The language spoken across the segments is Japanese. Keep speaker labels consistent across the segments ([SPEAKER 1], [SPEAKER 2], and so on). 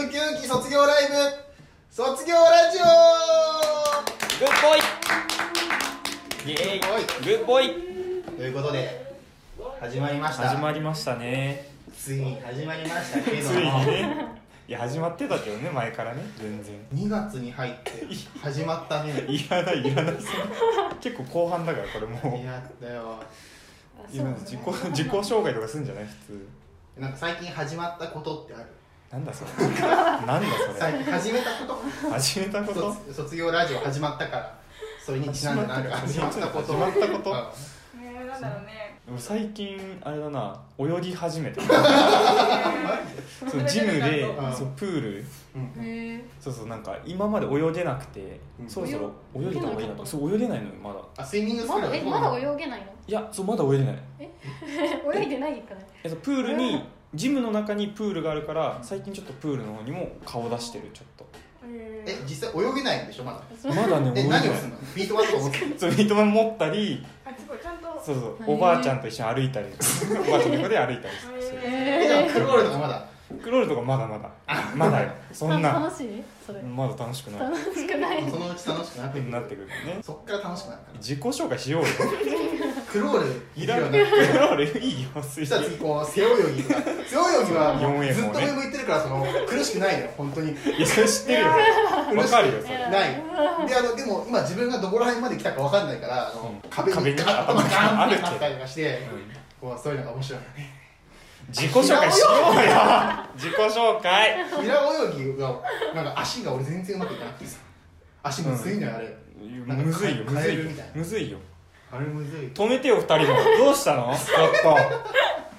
[SPEAKER 1] き卒業ライブ卒業ラジオ
[SPEAKER 2] グッボイイエーイグッボイ
[SPEAKER 1] ということで始まりました
[SPEAKER 2] 始まりましたね
[SPEAKER 1] ついに始まりましたけ
[SPEAKER 2] つい
[SPEAKER 1] れど
[SPEAKER 2] に
[SPEAKER 1] も
[SPEAKER 2] ねいや始まってたけどね前からね全然
[SPEAKER 1] 2月に入って始まったね
[SPEAKER 2] いらないいらないその結構後半だからこれも
[SPEAKER 1] いうやだよ
[SPEAKER 2] いらない自己自己紹介とかするんじゃない普通
[SPEAKER 1] なんか最近始まったことってある
[SPEAKER 2] なんだそれなんだ
[SPEAKER 1] 最近始めたこ
[SPEAKER 2] それ始めた
[SPEAKER 1] と
[SPEAKER 2] こと
[SPEAKER 1] 卒卒業ラジオ始まったからそれにちなんでなんか始
[SPEAKER 2] 始
[SPEAKER 1] ま
[SPEAKER 2] ま
[SPEAKER 1] っ
[SPEAKER 2] ったた
[SPEAKER 1] こ
[SPEAKER 2] ことと始まったこと
[SPEAKER 3] ねえなんだろうね。
[SPEAKER 2] 俺最近あれだな泳ぎ始めたそ
[SPEAKER 3] の
[SPEAKER 2] うジムで
[SPEAKER 1] うん
[SPEAKER 2] そうプール
[SPEAKER 1] うんうん
[SPEAKER 3] へえ。
[SPEAKER 2] そうそうなんか今まで泳げなくて、
[SPEAKER 1] うん
[SPEAKER 2] そろそろ泳いだ方がいいな
[SPEAKER 3] 泳げなかった
[SPEAKER 2] とそう泳げないのよまだ
[SPEAKER 1] あスイミングスク
[SPEAKER 3] ま
[SPEAKER 1] ー
[SPEAKER 3] だ
[SPEAKER 1] ル
[SPEAKER 3] えまだ泳げない
[SPEAKER 2] いやそうまだ泳いでない
[SPEAKER 3] の？ 泳いでないから。
[SPEAKER 2] えっとプールにジムの中にプールがあるから最近ちょっとプールの方にも顔出してるちょっ
[SPEAKER 1] え実際泳げないんでしょまだ
[SPEAKER 2] とまだね泳
[SPEAKER 1] え
[SPEAKER 2] げない
[SPEAKER 1] 何をするのビート板とか持ってる
[SPEAKER 2] そうミート板持ったり
[SPEAKER 4] あ、すごい、ちゃんと。
[SPEAKER 2] そうそう
[SPEAKER 3] へー
[SPEAKER 2] おばあちゃんと一緒に歩いたりおばあちゃんの横で歩いたりして
[SPEAKER 4] へ
[SPEAKER 1] え
[SPEAKER 3] え
[SPEAKER 1] でもクロールとかまだ
[SPEAKER 2] クロールとかまだまだまだよそんな
[SPEAKER 3] 楽しい？それ
[SPEAKER 2] まだ楽しくない
[SPEAKER 3] 楽しくない。
[SPEAKER 1] そのうち楽しくなってくる
[SPEAKER 2] なってくるよね
[SPEAKER 1] そっから楽しくなるから
[SPEAKER 2] 自己紹介しようよ
[SPEAKER 1] クロール
[SPEAKER 2] い
[SPEAKER 1] る
[SPEAKER 2] ら
[SPEAKER 1] よ
[SPEAKER 2] な
[SPEAKER 1] う
[SPEAKER 2] い
[SPEAKER 1] に
[SPEAKER 2] ク
[SPEAKER 1] なって
[SPEAKER 2] ロールいいよ
[SPEAKER 1] そ
[SPEAKER 2] 水
[SPEAKER 1] したら次こう背泳ぎとか背泳ぎはもう
[SPEAKER 2] 4泳法ね
[SPEAKER 1] ずっと上向いてるからその苦しくないのよ本当に
[SPEAKER 2] いやそれ知ってるよわかるよそれ
[SPEAKER 1] ないであのでも今自分がどこら辺まで来たかわかんないからあの、
[SPEAKER 2] うん
[SPEAKER 1] 壁に
[SPEAKER 2] 壁に
[SPEAKER 1] 頭ガーンってな
[SPEAKER 2] ある
[SPEAKER 1] っ
[SPEAKER 2] けど
[SPEAKER 1] たりとかして、こうそういうのが面白い
[SPEAKER 2] 自己紹介しようよ自己紹介
[SPEAKER 1] 平泳ぎがなんか足が俺全然うまくいかなくてさ足むずいのよあれ、なんか
[SPEAKER 2] むずいよむ
[SPEAKER 1] カ
[SPEAKER 2] ず
[SPEAKER 1] エ
[SPEAKER 2] い
[SPEAKER 1] ル
[SPEAKER 2] よ
[SPEAKER 1] みたいな
[SPEAKER 2] むずいよ
[SPEAKER 1] あれむずい
[SPEAKER 2] 止めてよ二人もどうしたのちょっと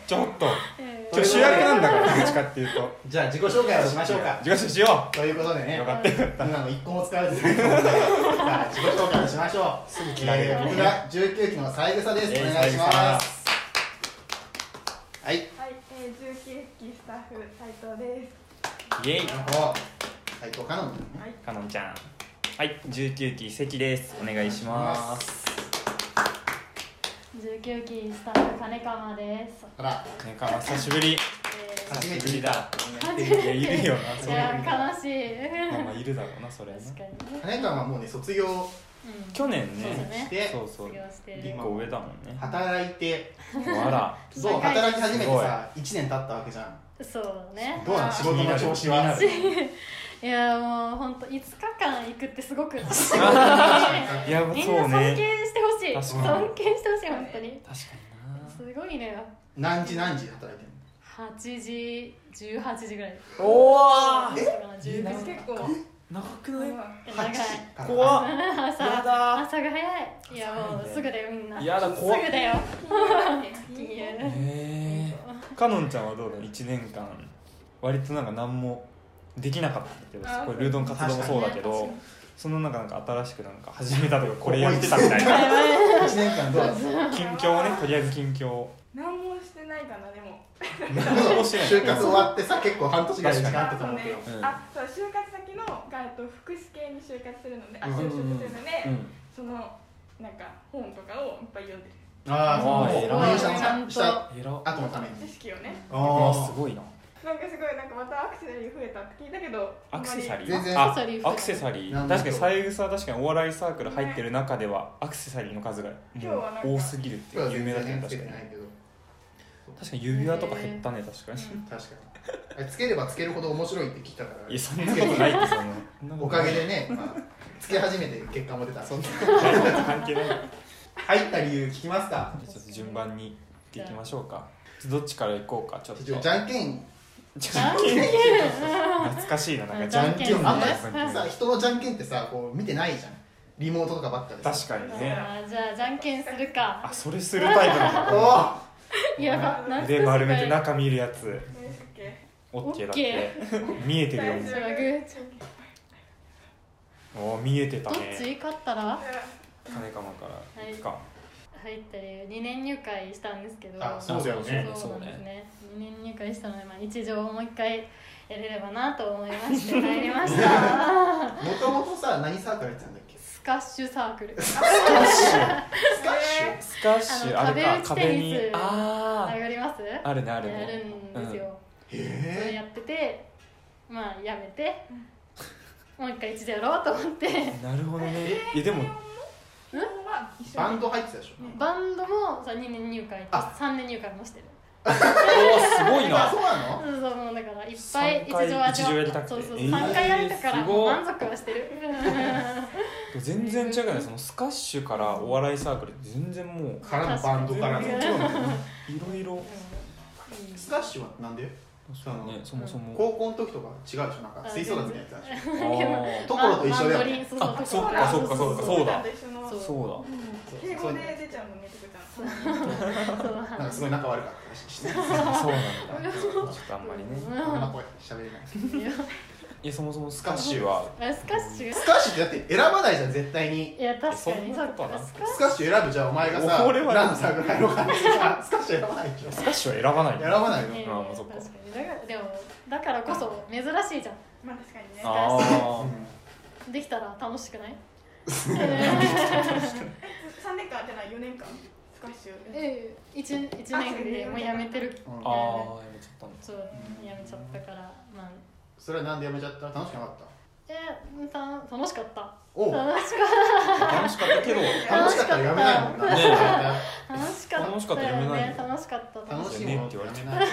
[SPEAKER 2] ちょっと
[SPEAKER 3] え
[SPEAKER 2] 今日主役なんだからどっちかっていうと
[SPEAKER 1] じゃあ自己紹介をしましょうか
[SPEAKER 2] 自己紹介しよ
[SPEAKER 1] ということで
[SPEAKER 2] う
[SPEAKER 1] ね
[SPEAKER 2] よかったよ
[SPEAKER 1] 今の一個も使われてないと思うんでさあ自己紹介をしましょう
[SPEAKER 2] すぐ切られる
[SPEAKER 1] えー、僕が19期の三枝です、
[SPEAKER 2] えー
[SPEAKER 1] お願いしま
[SPEAKER 2] 三枝
[SPEAKER 1] すはい
[SPEAKER 4] はい、えー、19期スタッフ斉藤です。
[SPEAKER 2] イエイ
[SPEAKER 1] 斉藤かのんね
[SPEAKER 4] はい、
[SPEAKER 2] かのんちゃんはい19期関ですお願いします
[SPEAKER 3] 十九期スタッフ金川です。
[SPEAKER 1] あら
[SPEAKER 2] ねかま久しぶり
[SPEAKER 1] 初めて
[SPEAKER 2] 久しぶりだ
[SPEAKER 3] 初
[SPEAKER 2] いやいるよなそ
[SPEAKER 3] い
[SPEAKER 2] れ
[SPEAKER 3] や悲しい。
[SPEAKER 2] まあまあいるだろうなそれはな
[SPEAKER 3] 確かにね。
[SPEAKER 1] 金川はもうね卒業
[SPEAKER 3] うん。
[SPEAKER 2] 去年
[SPEAKER 3] そうです
[SPEAKER 2] ね
[SPEAKER 3] ね
[SPEAKER 1] して
[SPEAKER 2] そうそう
[SPEAKER 3] 卒業して
[SPEAKER 2] 一個上だもんね
[SPEAKER 1] 働いて
[SPEAKER 2] あら
[SPEAKER 1] そう
[SPEAKER 3] 高い
[SPEAKER 1] 働き始めてさ1年経ったわけじゃん
[SPEAKER 3] そうね。
[SPEAKER 1] どう なの仕事の調子は
[SPEAKER 2] 気に
[SPEAKER 3] いやもう本当5日間行くってす ごくみんな尊
[SPEAKER 2] なるいやそう
[SPEAKER 3] 敬
[SPEAKER 2] ね
[SPEAKER 3] してほしい、
[SPEAKER 2] 確かに
[SPEAKER 3] 尊敬してほしい本当に
[SPEAKER 2] 確か
[SPEAKER 3] すごいね
[SPEAKER 1] 何時何時働いてんの
[SPEAKER 3] 8時18時ぐらい
[SPEAKER 2] になおお
[SPEAKER 3] え時
[SPEAKER 2] え
[SPEAKER 4] 結構。
[SPEAKER 2] 長く
[SPEAKER 4] う
[SPEAKER 2] ない
[SPEAKER 4] ん
[SPEAKER 3] 長い
[SPEAKER 2] 怖っや
[SPEAKER 3] 朝
[SPEAKER 2] だ
[SPEAKER 3] 朝が早いいや
[SPEAKER 2] 朝早い
[SPEAKER 3] も
[SPEAKER 2] ね
[SPEAKER 3] うすぐだよみんな
[SPEAKER 2] やだ
[SPEAKER 3] すぐ
[SPEAKER 2] 怖っ
[SPEAKER 3] だよ金融
[SPEAKER 4] 金融
[SPEAKER 2] へえかのんちゃんはどうだ1年間割となんか何もできなかったけど
[SPEAKER 4] あ
[SPEAKER 2] これルードン活動もそうだけ
[SPEAKER 3] 確か
[SPEAKER 2] ど
[SPEAKER 3] にね
[SPEAKER 2] その中なんか新しくなんか始めたとかこれやってたみたいな
[SPEAKER 1] 1年間どうだった
[SPEAKER 2] 近況をねとりあえず近 況を
[SPEAKER 4] 何もしてないかな、でも。
[SPEAKER 2] 何もしてない
[SPEAKER 1] 就活終わってさ結構半年ぐらい時間あっ
[SPEAKER 4] あ、
[SPEAKER 1] たと
[SPEAKER 4] そう
[SPEAKER 1] 思うけ
[SPEAKER 4] ね
[SPEAKER 1] ど。
[SPEAKER 2] うん
[SPEAKER 4] あ、そう、就活先の、が、えっと、福祉系に就活するので、あ、
[SPEAKER 1] うん
[SPEAKER 4] 就職するの
[SPEAKER 2] う
[SPEAKER 4] で、
[SPEAKER 2] ん
[SPEAKER 4] その。なんか、本とかをいっぱい読んでる。
[SPEAKER 1] ああそう
[SPEAKER 2] 偉い
[SPEAKER 1] 入社もした
[SPEAKER 2] えらあ
[SPEAKER 1] 後のために
[SPEAKER 4] 知識をね。
[SPEAKER 1] あー
[SPEAKER 2] すごいな
[SPEAKER 4] なんかすごい、なんかまたアクセサリー増えたって聞いたけど。
[SPEAKER 2] アクセサリ
[SPEAKER 1] 全然
[SPEAKER 2] ーあ
[SPEAKER 3] アクセサリー
[SPEAKER 2] アクセサリ
[SPEAKER 1] なん
[SPEAKER 2] ー
[SPEAKER 1] だ
[SPEAKER 2] 確かに三枝は確かにお笑いサークル入ってる中ではアクセサリーの数がも
[SPEAKER 4] 今日はなんか
[SPEAKER 2] う多すぎるっていう有名だけど
[SPEAKER 1] つけて
[SPEAKER 2] 確かに
[SPEAKER 1] ないけど
[SPEAKER 2] 確かに指輪とか減ったね確かに
[SPEAKER 1] 確かにあれつければつけるほど面白いって聞いたから
[SPEAKER 2] いやそんなことないってそんな
[SPEAKER 1] おかげでね、まあ、つけ始めて結果も出た
[SPEAKER 2] そんなことない関係ない
[SPEAKER 1] 入った理由聞きますか
[SPEAKER 2] ちょっと順番に行っていきましょうかどっちから行こうかちょっと
[SPEAKER 1] じゃんけん
[SPEAKER 2] じゃんけん懐かしいななんかじゃんけん
[SPEAKER 3] じゃんけんね
[SPEAKER 2] あったよじゃんけ
[SPEAKER 1] さ
[SPEAKER 2] ん
[SPEAKER 1] 人のじゃんけんってさこう見てないじゃんリモートとかばっかでさ
[SPEAKER 2] 確かにね
[SPEAKER 3] あーじゃあじゃんけんするか
[SPEAKER 2] あそれするタイプなんだ
[SPEAKER 1] お
[SPEAKER 3] やば懐かしい
[SPEAKER 2] 腕丸めて中見るやつ
[SPEAKER 4] 何でしたっけ。
[SPEAKER 2] オッケーだっ
[SPEAKER 3] オ
[SPEAKER 2] て見えてるよ
[SPEAKER 3] 私はグー
[SPEAKER 2] おおー見えてた
[SPEAKER 3] どっ
[SPEAKER 2] ね
[SPEAKER 3] ち勝ったら
[SPEAKER 2] 金鎌から
[SPEAKER 3] はい
[SPEAKER 2] 行くか
[SPEAKER 3] 入って2年入会したんですけど
[SPEAKER 1] あそうだよね
[SPEAKER 3] そうな
[SPEAKER 2] そ
[SPEAKER 3] ん
[SPEAKER 2] う
[SPEAKER 3] です
[SPEAKER 2] ね
[SPEAKER 3] ね2年入会したので、まあ、日常をもう一回やれればなと思いまして入りました
[SPEAKER 1] もともとさ何サークルやってたんだっけ
[SPEAKER 3] スカッシュサーク ル
[SPEAKER 2] スカッシュ
[SPEAKER 1] スカッシュ
[SPEAKER 2] スカッシュ
[SPEAKER 3] あの
[SPEAKER 2] あれか
[SPEAKER 3] 壁打ちテ
[SPEAKER 2] 壁
[SPEAKER 3] ニス
[SPEAKER 2] にあ
[SPEAKER 3] 上がります
[SPEAKER 2] ああるねある
[SPEAKER 3] やる
[SPEAKER 2] ね
[SPEAKER 3] んですよ、それ
[SPEAKER 1] へ
[SPEAKER 3] やっててまあやめてもう一回一でやろうと思って
[SPEAKER 2] なるほどねいやでも
[SPEAKER 4] 基本は一緒
[SPEAKER 1] バンド入ってたでしょ
[SPEAKER 3] バンドもそう2年入会と
[SPEAKER 1] あ
[SPEAKER 3] 3年入会もしてる
[SPEAKER 2] おーすごい
[SPEAKER 1] あ
[SPEAKER 2] な
[SPEAKER 1] そうなの
[SPEAKER 3] そうそうもうだからいっぱい
[SPEAKER 2] 三回
[SPEAKER 3] 一乗味
[SPEAKER 2] 一乗
[SPEAKER 3] わ
[SPEAKER 2] や
[SPEAKER 3] っ
[SPEAKER 2] りたくて
[SPEAKER 3] たそうそう
[SPEAKER 2] えー
[SPEAKER 3] 3回やれたから
[SPEAKER 2] すごい
[SPEAKER 3] もう満足はしてる
[SPEAKER 2] 全然違うねそのスカッシュからお笑いサークルって全然もう
[SPEAKER 1] からのバンドからの
[SPEAKER 2] 全然違うのいろいろ
[SPEAKER 1] スカッシュはなんで
[SPEAKER 2] そうねそもそも
[SPEAKER 1] 高校の時とか違うでしょなんか吹奏楽みたいなやつだし
[SPEAKER 2] あー
[SPEAKER 1] ところと一緒だよね
[SPEAKER 3] ねそうそう
[SPEAKER 2] あ
[SPEAKER 3] 所
[SPEAKER 2] そっかそっかそっかそうだ
[SPEAKER 4] と一緒の
[SPEAKER 3] そ
[SPEAKER 2] そう
[SPEAKER 3] う
[SPEAKER 2] だ
[SPEAKER 1] そう
[SPEAKER 4] 敬
[SPEAKER 1] そ
[SPEAKER 4] 語
[SPEAKER 1] う
[SPEAKER 4] で
[SPEAKER 1] いう
[SPEAKER 4] 出ちゃうのね、てこちゃん。
[SPEAKER 3] そうそう
[SPEAKER 1] のなんかすごい仲悪かったらしいしね
[SPEAKER 2] そうなんだちょっとあんまりね
[SPEAKER 1] あんな声喋れない
[SPEAKER 3] いや
[SPEAKER 2] いやそもそもスカッシュは
[SPEAKER 3] あスカッシュ
[SPEAKER 1] スカッシュってだって選ばないじゃん絶対に
[SPEAKER 3] いや確かに
[SPEAKER 2] そんなことな
[SPEAKER 3] そっか
[SPEAKER 1] スカッシュ選ぶじゃんお前がさ
[SPEAKER 2] 俺は
[SPEAKER 1] 何のサークル入ろうか ってさスカッシュ選ばないでしょ
[SPEAKER 2] スカッシュは選ばないん
[SPEAKER 1] 選
[SPEAKER 2] だ
[SPEAKER 1] ばないよ
[SPEAKER 3] ね
[SPEAKER 2] あまあそっか
[SPEAKER 3] 確かにだからでもだからこそ珍しいじゃん
[SPEAKER 4] まあ確かにね。
[SPEAKER 2] ああ
[SPEAKER 3] できたら楽し くない
[SPEAKER 4] 3年間じゃない、4年間。スカッシュ。
[SPEAKER 3] ええ一年一年でもうやめてる
[SPEAKER 1] うん
[SPEAKER 2] あーやめちゃったんだ
[SPEAKER 3] そうやめちゃったからまあ
[SPEAKER 1] それはなんでやめちゃった楽しくなかった
[SPEAKER 3] えー、た楽しかった
[SPEAKER 1] おう
[SPEAKER 3] 楽しか
[SPEAKER 2] 楽しかったけど
[SPEAKER 1] 楽しかったらやめないもんな
[SPEAKER 2] ね
[SPEAKER 3] った楽しかった
[SPEAKER 2] 楽しかったやめないよ
[SPEAKER 3] 楽しかった楽
[SPEAKER 1] 楽
[SPEAKER 3] し
[SPEAKER 1] しいものってやめない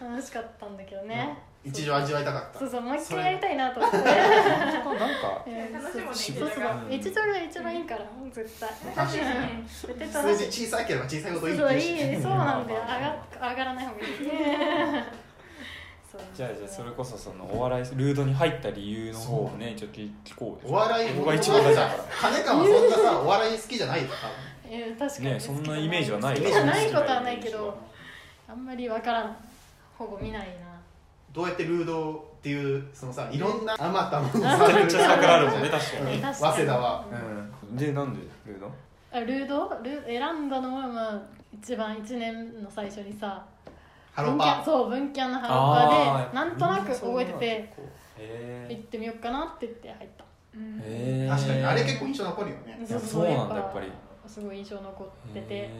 [SPEAKER 3] 楽しかったんだけどね、
[SPEAKER 1] 一度味わいたかった
[SPEAKER 3] そう
[SPEAKER 1] う
[SPEAKER 3] そうもう一
[SPEAKER 1] それ
[SPEAKER 3] 回やりたいなと思って、
[SPEAKER 2] なん か
[SPEAKER 3] えー
[SPEAKER 4] 楽しい
[SPEAKER 3] そ
[SPEAKER 4] もんね
[SPEAKER 3] うそうそう
[SPEAKER 2] うん
[SPEAKER 3] 一丁が一番いいから絶対
[SPEAKER 1] 楽しい
[SPEAKER 3] うん絶対楽
[SPEAKER 1] 数
[SPEAKER 3] し
[SPEAKER 1] 字
[SPEAKER 3] い
[SPEAKER 1] 小さいければ小さいほどいい
[SPEAKER 3] そう
[SPEAKER 1] って
[SPEAKER 3] い
[SPEAKER 1] いう
[SPEAKER 3] い
[SPEAKER 1] し
[SPEAKER 3] そうな んだよ
[SPEAKER 2] まあまあま
[SPEAKER 3] 上が上がらない方がいい そう
[SPEAKER 2] じゃあじゃあそれこそそのお笑いルードに入った理由の方をねちょっと聞こうよ
[SPEAKER 1] お笑い
[SPEAKER 2] ここが一番大事だから
[SPEAKER 1] 金川はそんなさお笑い好きじゃないよ多
[SPEAKER 3] えー、確かに
[SPEAKER 2] ねそんなイメージはない
[SPEAKER 3] 好きじゃないことはないけどあんまりわからんほぼ見ないな
[SPEAKER 1] 分どうやってルードっていうそのさいろんなあまたのめち
[SPEAKER 2] めちゃめちゃ桜あるもんね確かに、
[SPEAKER 3] 確
[SPEAKER 1] 早
[SPEAKER 3] かに
[SPEAKER 1] 稲田は
[SPEAKER 2] うん、でなんでルード
[SPEAKER 3] あルードル選んだのは、まあ、一番1年の最初にさ
[SPEAKER 1] ハロ
[SPEAKER 3] 文
[SPEAKER 1] パ
[SPEAKER 3] キャそう文キャンのハローパーでなんとなく覚えてて
[SPEAKER 2] へ
[SPEAKER 3] 行ってみようかなって言って入った
[SPEAKER 4] うん
[SPEAKER 2] え
[SPEAKER 1] 確かにあれ結構印象残るよね
[SPEAKER 2] そうなんだやっぱり
[SPEAKER 3] すごい印象残ってて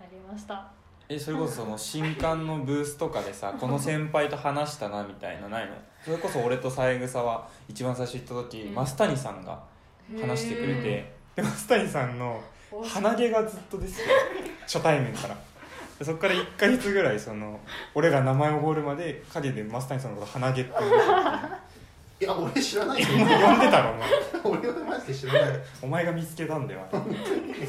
[SPEAKER 3] ありました
[SPEAKER 2] えそれこそその新刊のブースとかでさこの先輩と話したなみたいなないのそれこそ俺と三枝は一番最初行った時
[SPEAKER 3] うん
[SPEAKER 2] 増谷さんが話してくれてで増谷さんの
[SPEAKER 3] お
[SPEAKER 2] 鼻毛がずっとですよ初対面からでそっから1か月ぐらいその俺が名前を覚えるまで陰で増谷さんのこと鼻毛って呼んで
[SPEAKER 1] いや俺知らないよ
[SPEAKER 2] たお前呼んでたろお前
[SPEAKER 1] 俺はマジで知らない
[SPEAKER 2] お前が見つけたんだよあれ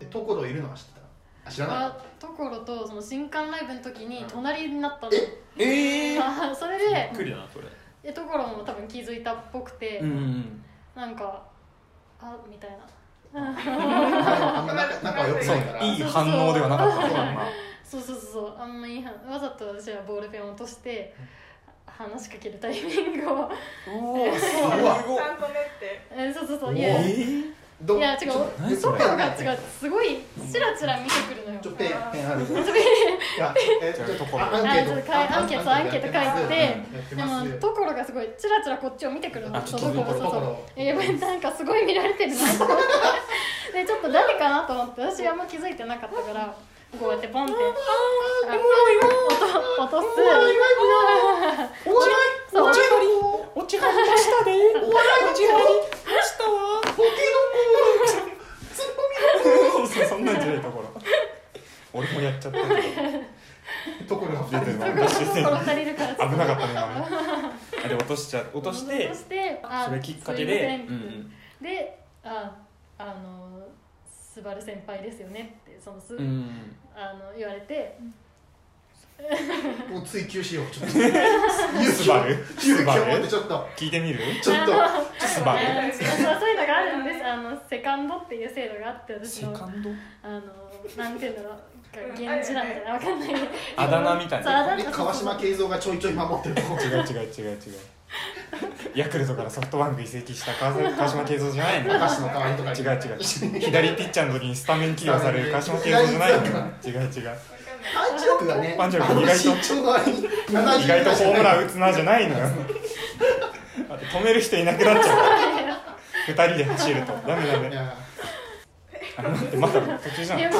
[SPEAKER 1] えところいるのは知ってたあ知らな
[SPEAKER 3] あところとその新刊ライブの時に
[SPEAKER 1] うん
[SPEAKER 3] 隣になったの、
[SPEAKER 2] ええ
[SPEAKER 3] あそれで
[SPEAKER 2] りだなそれ
[SPEAKER 3] えところも多分気づいたっぽくて、
[SPEAKER 2] うんうん
[SPEAKER 3] なんかあみたいない
[SPEAKER 1] あんま仲仲は良く
[SPEAKER 2] そう
[SPEAKER 1] ないから
[SPEAKER 2] いい反応ではなかった
[SPEAKER 1] そう
[SPEAKER 2] 今
[SPEAKER 3] そうそうそうそうあんまいいはわざと私はボールペンを落として話しかけるタイミングを
[SPEAKER 2] おおす
[SPEAKER 4] ち
[SPEAKER 1] うわ
[SPEAKER 4] ゃんとねって。
[SPEAKER 3] えそうそうそういやい
[SPEAKER 2] え
[SPEAKER 1] ど
[SPEAKER 3] や違う
[SPEAKER 1] ちょっと
[SPEAKER 2] 何それ
[SPEAKER 1] ペン
[SPEAKER 3] やなん
[SPEAKER 1] ペン
[SPEAKER 3] か違うすごいチラチラ見てくるのよ
[SPEAKER 1] ちょっとペンペンあるいやえ
[SPEAKER 2] じゃあ
[SPEAKER 1] ちょっと
[SPEAKER 2] ところ
[SPEAKER 1] あアンケ
[SPEAKER 3] あちょっ
[SPEAKER 1] ー
[SPEAKER 3] と
[SPEAKER 1] ト
[SPEAKER 3] かいアンケートアンケート書いて
[SPEAKER 1] やって
[SPEAKER 3] で
[SPEAKER 1] ます
[SPEAKER 3] もところがすごいチラチラこっちを見てくるの
[SPEAKER 2] あちょっと
[SPEAKER 3] そうそ
[SPEAKER 1] と
[SPEAKER 3] う
[SPEAKER 1] ころと
[SPEAKER 3] そうそ
[SPEAKER 1] こ
[SPEAKER 3] う
[SPEAKER 1] ろ
[SPEAKER 3] えやばいなんかすごい見られてるなと思って でちょっと誰かなと思って私あんま気づいてなかったからこうやってポンってあ落と落とす
[SPEAKER 1] お 笑い
[SPEAKER 3] そう
[SPEAKER 1] お笑い
[SPEAKER 2] おちはりましたでお
[SPEAKER 1] お笑い
[SPEAKER 2] ちはりましたわ
[SPEAKER 1] ボケの子
[SPEAKER 2] そうそうそんなんじゃないところ俺もやっちゃったけど
[SPEAKER 1] ところが
[SPEAKER 2] 出て
[SPEAKER 3] と
[SPEAKER 2] な
[SPEAKER 3] こ
[SPEAKER 2] い
[SPEAKER 3] ろところ足りるからちょっと
[SPEAKER 2] 危なかったね今ねで落としちゃ落として
[SPEAKER 3] 落としてあ
[SPEAKER 2] それきっかけ
[SPEAKER 3] すいません
[SPEAKER 2] で
[SPEAKER 3] っ
[SPEAKER 2] うんう
[SPEAKER 3] て
[SPEAKER 2] ん
[SPEAKER 3] でああのスバル先輩ですよねってそのす、
[SPEAKER 2] うん
[SPEAKER 3] あの言われて
[SPEAKER 1] もう追求しようちょっと勇
[SPEAKER 2] スバル
[SPEAKER 1] 勇
[SPEAKER 2] ス
[SPEAKER 1] 気
[SPEAKER 2] バ
[SPEAKER 1] を持って
[SPEAKER 2] ル
[SPEAKER 1] ちょっと
[SPEAKER 2] 聞いてみる
[SPEAKER 1] ちょっと
[SPEAKER 3] あ
[SPEAKER 2] スバル
[SPEAKER 3] あのそうそういうのがあるんですあのセカンドっていう制度があって私
[SPEAKER 2] セ
[SPEAKER 3] の
[SPEAKER 2] カンド
[SPEAKER 3] あのなんていうの現地なんだなわかんないけど
[SPEAKER 2] あだ名みたい
[SPEAKER 3] そう
[SPEAKER 2] な
[SPEAKER 3] あだ名
[SPEAKER 1] で川島慶三がちょいちょい守ってるとこ
[SPEAKER 2] 違う違う違う違うヤクルトからソフトバンク移籍した川崎川島慶三じゃないの
[SPEAKER 1] 高橋の代わりとかに
[SPEAKER 2] 違う違う左ピッチャーの時にスタメン起用される川島慶三じゃないの違う違う
[SPEAKER 4] わかん
[SPEAKER 1] パ
[SPEAKER 4] ない。
[SPEAKER 1] ンチ力がね
[SPEAKER 2] パンチ力
[SPEAKER 1] あの
[SPEAKER 2] 意外と
[SPEAKER 1] 身長の割に
[SPEAKER 2] 意外とホームラン
[SPEAKER 1] 打
[SPEAKER 2] 打つなじゃないのよあと止める人いなくなっちゃうから2人で走るとダメダメ
[SPEAKER 1] いや
[SPEAKER 2] あ待ってまだ途中じゃん
[SPEAKER 3] でも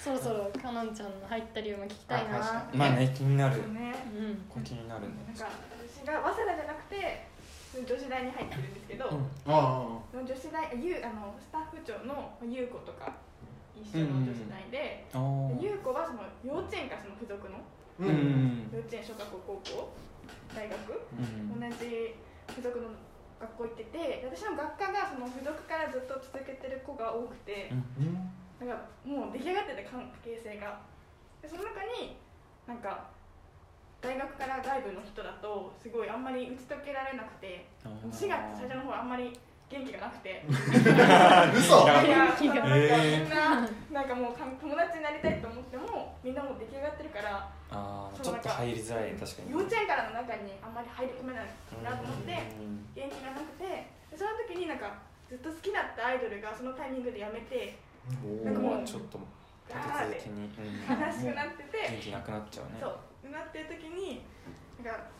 [SPEAKER 3] そろそろかのんちゃんの入った理由も聞きたい
[SPEAKER 1] あ確
[SPEAKER 3] な
[SPEAKER 1] か
[SPEAKER 2] まあね気になる
[SPEAKER 4] そうね
[SPEAKER 3] うん
[SPEAKER 2] これ気になるね
[SPEAKER 4] なんか私が早稲田じゃなくて女子大に入ってるんですけど、
[SPEAKER 2] うん
[SPEAKER 1] あ
[SPEAKER 4] その女子大ゆうあのスタッフ長の優子とか一緒の女子大で
[SPEAKER 2] あー
[SPEAKER 4] 優子はその幼稚園からその付属の
[SPEAKER 1] あう
[SPEAKER 2] うんうんん
[SPEAKER 4] 幼稚園小学校高校大学
[SPEAKER 2] うん
[SPEAKER 4] 同じ付属の学校行ってて私の学科がその付属からずっと続けてる子が多くて
[SPEAKER 2] うん
[SPEAKER 1] うん
[SPEAKER 4] なんかもう出来上がってた関係性がでその中になんか大学から外部の人だとすごいあんまり打ち解けられなくて4月最初の方あんまり元気がなくて
[SPEAKER 1] 嘘
[SPEAKER 2] いや
[SPEAKER 4] い
[SPEAKER 3] 元
[SPEAKER 4] や
[SPEAKER 3] 気が
[SPEAKER 2] え
[SPEAKER 4] なんかみんななんかもうかん友達になりたいと思ってもみんなもう出来上がってるから
[SPEAKER 2] あーちょ
[SPEAKER 4] その
[SPEAKER 2] っと
[SPEAKER 4] なんか
[SPEAKER 2] 入りづらい確かに
[SPEAKER 4] 幼稚園からの中にあんまり入り込めないなと思っ
[SPEAKER 2] う
[SPEAKER 4] て
[SPEAKER 2] ん
[SPEAKER 4] 元気がなくてでその時になんかずっと好きだったアイドルがそのタイミングで辞めてなんかもう
[SPEAKER 2] おーちょっと
[SPEAKER 4] ガ
[SPEAKER 2] 立て続
[SPEAKER 4] ーって
[SPEAKER 2] けに、うん、
[SPEAKER 4] 悲
[SPEAKER 2] 元
[SPEAKER 4] しくなってて
[SPEAKER 2] 気なくなっちゃうね
[SPEAKER 4] そうなってる時になんか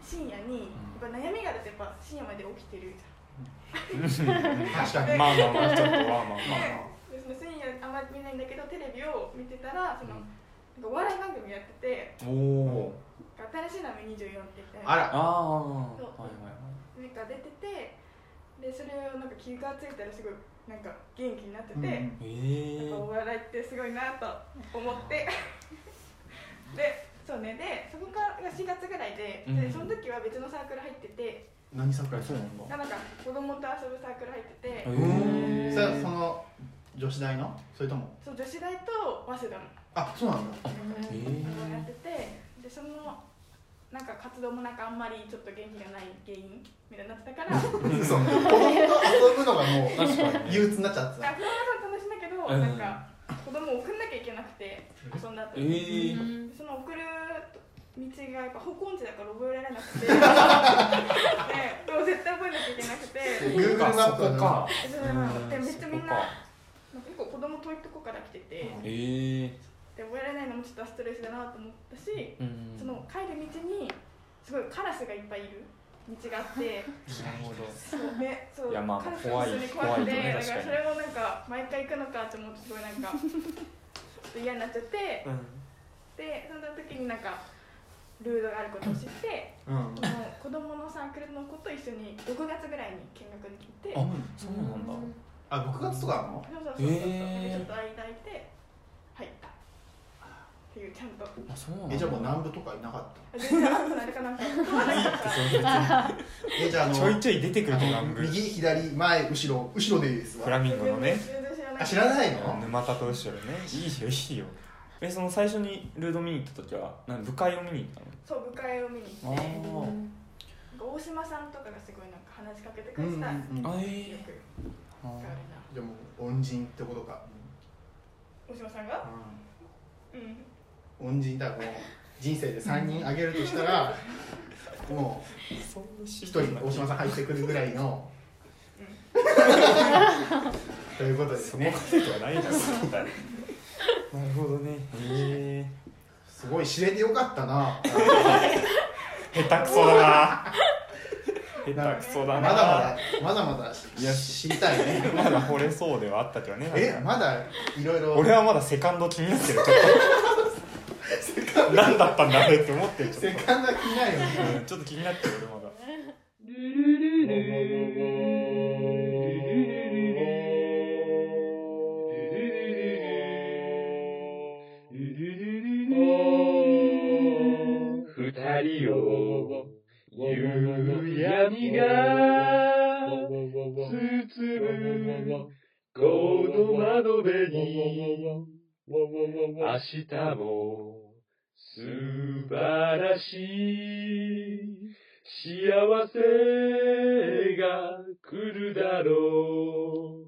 [SPEAKER 4] 深夜にやっぱ悩みがあるとやっぱ深夜まで起きてる
[SPEAKER 1] 確かに
[SPEAKER 2] まあまあまあちょっとまあまあま
[SPEAKER 4] ででその深夜あんまり見ないんだけどテレビを見てたらそのなんかお笑い番組やってて
[SPEAKER 2] あおお
[SPEAKER 4] 「新しい波24」って言って
[SPEAKER 1] あ
[SPEAKER 2] あ
[SPEAKER 1] ら
[SPEAKER 2] あは
[SPEAKER 4] そう
[SPEAKER 2] いはい
[SPEAKER 4] なんか出ててでそれをなんか気がついたらすごいなんか元気になって
[SPEAKER 1] う
[SPEAKER 4] て、
[SPEAKER 1] んう
[SPEAKER 4] や
[SPEAKER 1] ん
[SPEAKER 4] っ
[SPEAKER 2] はいえ
[SPEAKER 4] ぱお
[SPEAKER 2] ー
[SPEAKER 4] 笑いってすごいなと思って でそうねでそこから4月ぐらいで,、
[SPEAKER 2] うん
[SPEAKER 4] でその時は別のサークル入ってて
[SPEAKER 1] 何サプライズなんだ
[SPEAKER 4] なんか子供と遊ぶサークル入ってて、
[SPEAKER 2] う
[SPEAKER 1] うん
[SPEAKER 2] ん
[SPEAKER 1] それはその女子大のそれとも
[SPEAKER 4] そう女子大と早稲田の
[SPEAKER 1] あそうなんだ
[SPEAKER 2] え
[SPEAKER 4] をやっ
[SPEAKER 2] ー
[SPEAKER 4] ててでそのなんか活動もなんかあんまりちょっと元気がない原因みたいになってたからなんか
[SPEAKER 1] 嘘子供と遊ぶのがも
[SPEAKER 2] 確か
[SPEAKER 1] う
[SPEAKER 2] に
[SPEAKER 1] 憂鬱になっちゃって
[SPEAKER 4] 子供は
[SPEAKER 1] た
[SPEAKER 4] 楽しいんだけど、
[SPEAKER 2] うん
[SPEAKER 4] なんか子供を送んなきゃいけなくて遊んだ後
[SPEAKER 2] え
[SPEAKER 4] に。
[SPEAKER 3] う
[SPEAKER 2] ー
[SPEAKER 3] ん
[SPEAKER 4] その送る道がやっぱ方向音痴だから覚えられな くてねでも絶対覚えなきゃいけなくて
[SPEAKER 1] Google マップ
[SPEAKER 2] そこか
[SPEAKER 4] それなので
[SPEAKER 2] うん
[SPEAKER 4] めっちゃみん
[SPEAKER 2] そこ
[SPEAKER 4] な
[SPEAKER 2] か
[SPEAKER 4] 結構子供遠いとこから来てて、
[SPEAKER 2] えー
[SPEAKER 4] で覚えられないのもちょっとストレスだなと思ったし、
[SPEAKER 2] うん
[SPEAKER 4] その帰る道にすごいカラスがいっぱいいる道があって
[SPEAKER 2] なるほど
[SPEAKER 4] そうねそう
[SPEAKER 2] いやまあ
[SPEAKER 4] カラスが普通に
[SPEAKER 2] 怖い
[SPEAKER 4] 怖くて
[SPEAKER 2] 怖いよね
[SPEAKER 4] だ
[SPEAKER 2] 確
[SPEAKER 4] か
[SPEAKER 2] からに
[SPEAKER 4] それもなんか毎回行くのかと思ってすごいなんかちょっと嫌になっちゃって
[SPEAKER 2] うん
[SPEAKER 4] でその時になんかルールがあることを知って。
[SPEAKER 1] うん
[SPEAKER 4] あの子供のサークルの子と一緒に6月ぐらいに見学に行って
[SPEAKER 2] あそうなんだ
[SPEAKER 1] あ6月とかなの
[SPEAKER 4] そうそうそうそう、
[SPEAKER 2] へー
[SPEAKER 4] ちょっと間空いて入ったっていうちゃんと
[SPEAKER 2] あそうなんだ
[SPEAKER 1] えじゃあもう南部とかいなかった
[SPEAKER 4] 全然暑くなるかなんか
[SPEAKER 1] えじゃああの
[SPEAKER 2] ちょいちょい出てくると
[SPEAKER 1] あ
[SPEAKER 2] か
[SPEAKER 1] の右左前後ろ後ろでいいです
[SPEAKER 2] フラ
[SPEAKER 1] わ
[SPEAKER 2] ミンゴのね
[SPEAKER 4] 全然知らな
[SPEAKER 1] あ
[SPEAKER 4] い
[SPEAKER 1] 知ら
[SPEAKER 4] い
[SPEAKER 1] ないの
[SPEAKER 2] 沼田と一緒よねいいよいいよえその最初にルード見に行った時はなん部会を見に行っ
[SPEAKER 4] そう部会を見に
[SPEAKER 2] た
[SPEAKER 4] 行っ
[SPEAKER 2] の
[SPEAKER 4] て
[SPEAKER 2] ー
[SPEAKER 4] 大島さんとかがすごいなんか話しかけてく
[SPEAKER 1] うん
[SPEAKER 4] れ
[SPEAKER 1] う
[SPEAKER 4] て
[SPEAKER 1] ん
[SPEAKER 4] た、
[SPEAKER 1] うん
[SPEAKER 2] あ
[SPEAKER 4] よ
[SPEAKER 2] えー
[SPEAKER 4] く
[SPEAKER 2] あ
[SPEAKER 4] 使われな
[SPEAKER 1] じゃあもう恩人ってことか
[SPEAKER 4] 大島さんがうん
[SPEAKER 1] うん恩人だからもう人生で3人あげるとしたらも
[SPEAKER 2] ーそう
[SPEAKER 1] う
[SPEAKER 2] 一
[SPEAKER 1] 1人大島さん入ってくるぐらいの ということです
[SPEAKER 2] そこ
[SPEAKER 1] ね
[SPEAKER 2] までではないなそんななるほどねへ
[SPEAKER 1] すごい知れてよかったな
[SPEAKER 2] え下手くそだな下手くそ
[SPEAKER 1] まだ
[SPEAKER 2] だな
[SPEAKER 1] まだまだまだ
[SPEAKER 2] いや
[SPEAKER 1] 知りたいね
[SPEAKER 2] まだ惚れそうではあったけどね
[SPEAKER 1] えまだいろいろ
[SPEAKER 2] 俺はまだセカンド気になってるち ょっと何だったんだろうって思ってるちょ
[SPEAKER 1] セ
[SPEAKER 2] っと
[SPEAKER 1] カンドは着ないよね
[SPEAKER 2] うんちょっと気になってる俺まだ
[SPEAKER 5] 二人を夕闇が包むこの窓辺に明日も素晴らしい幸せが来るだろう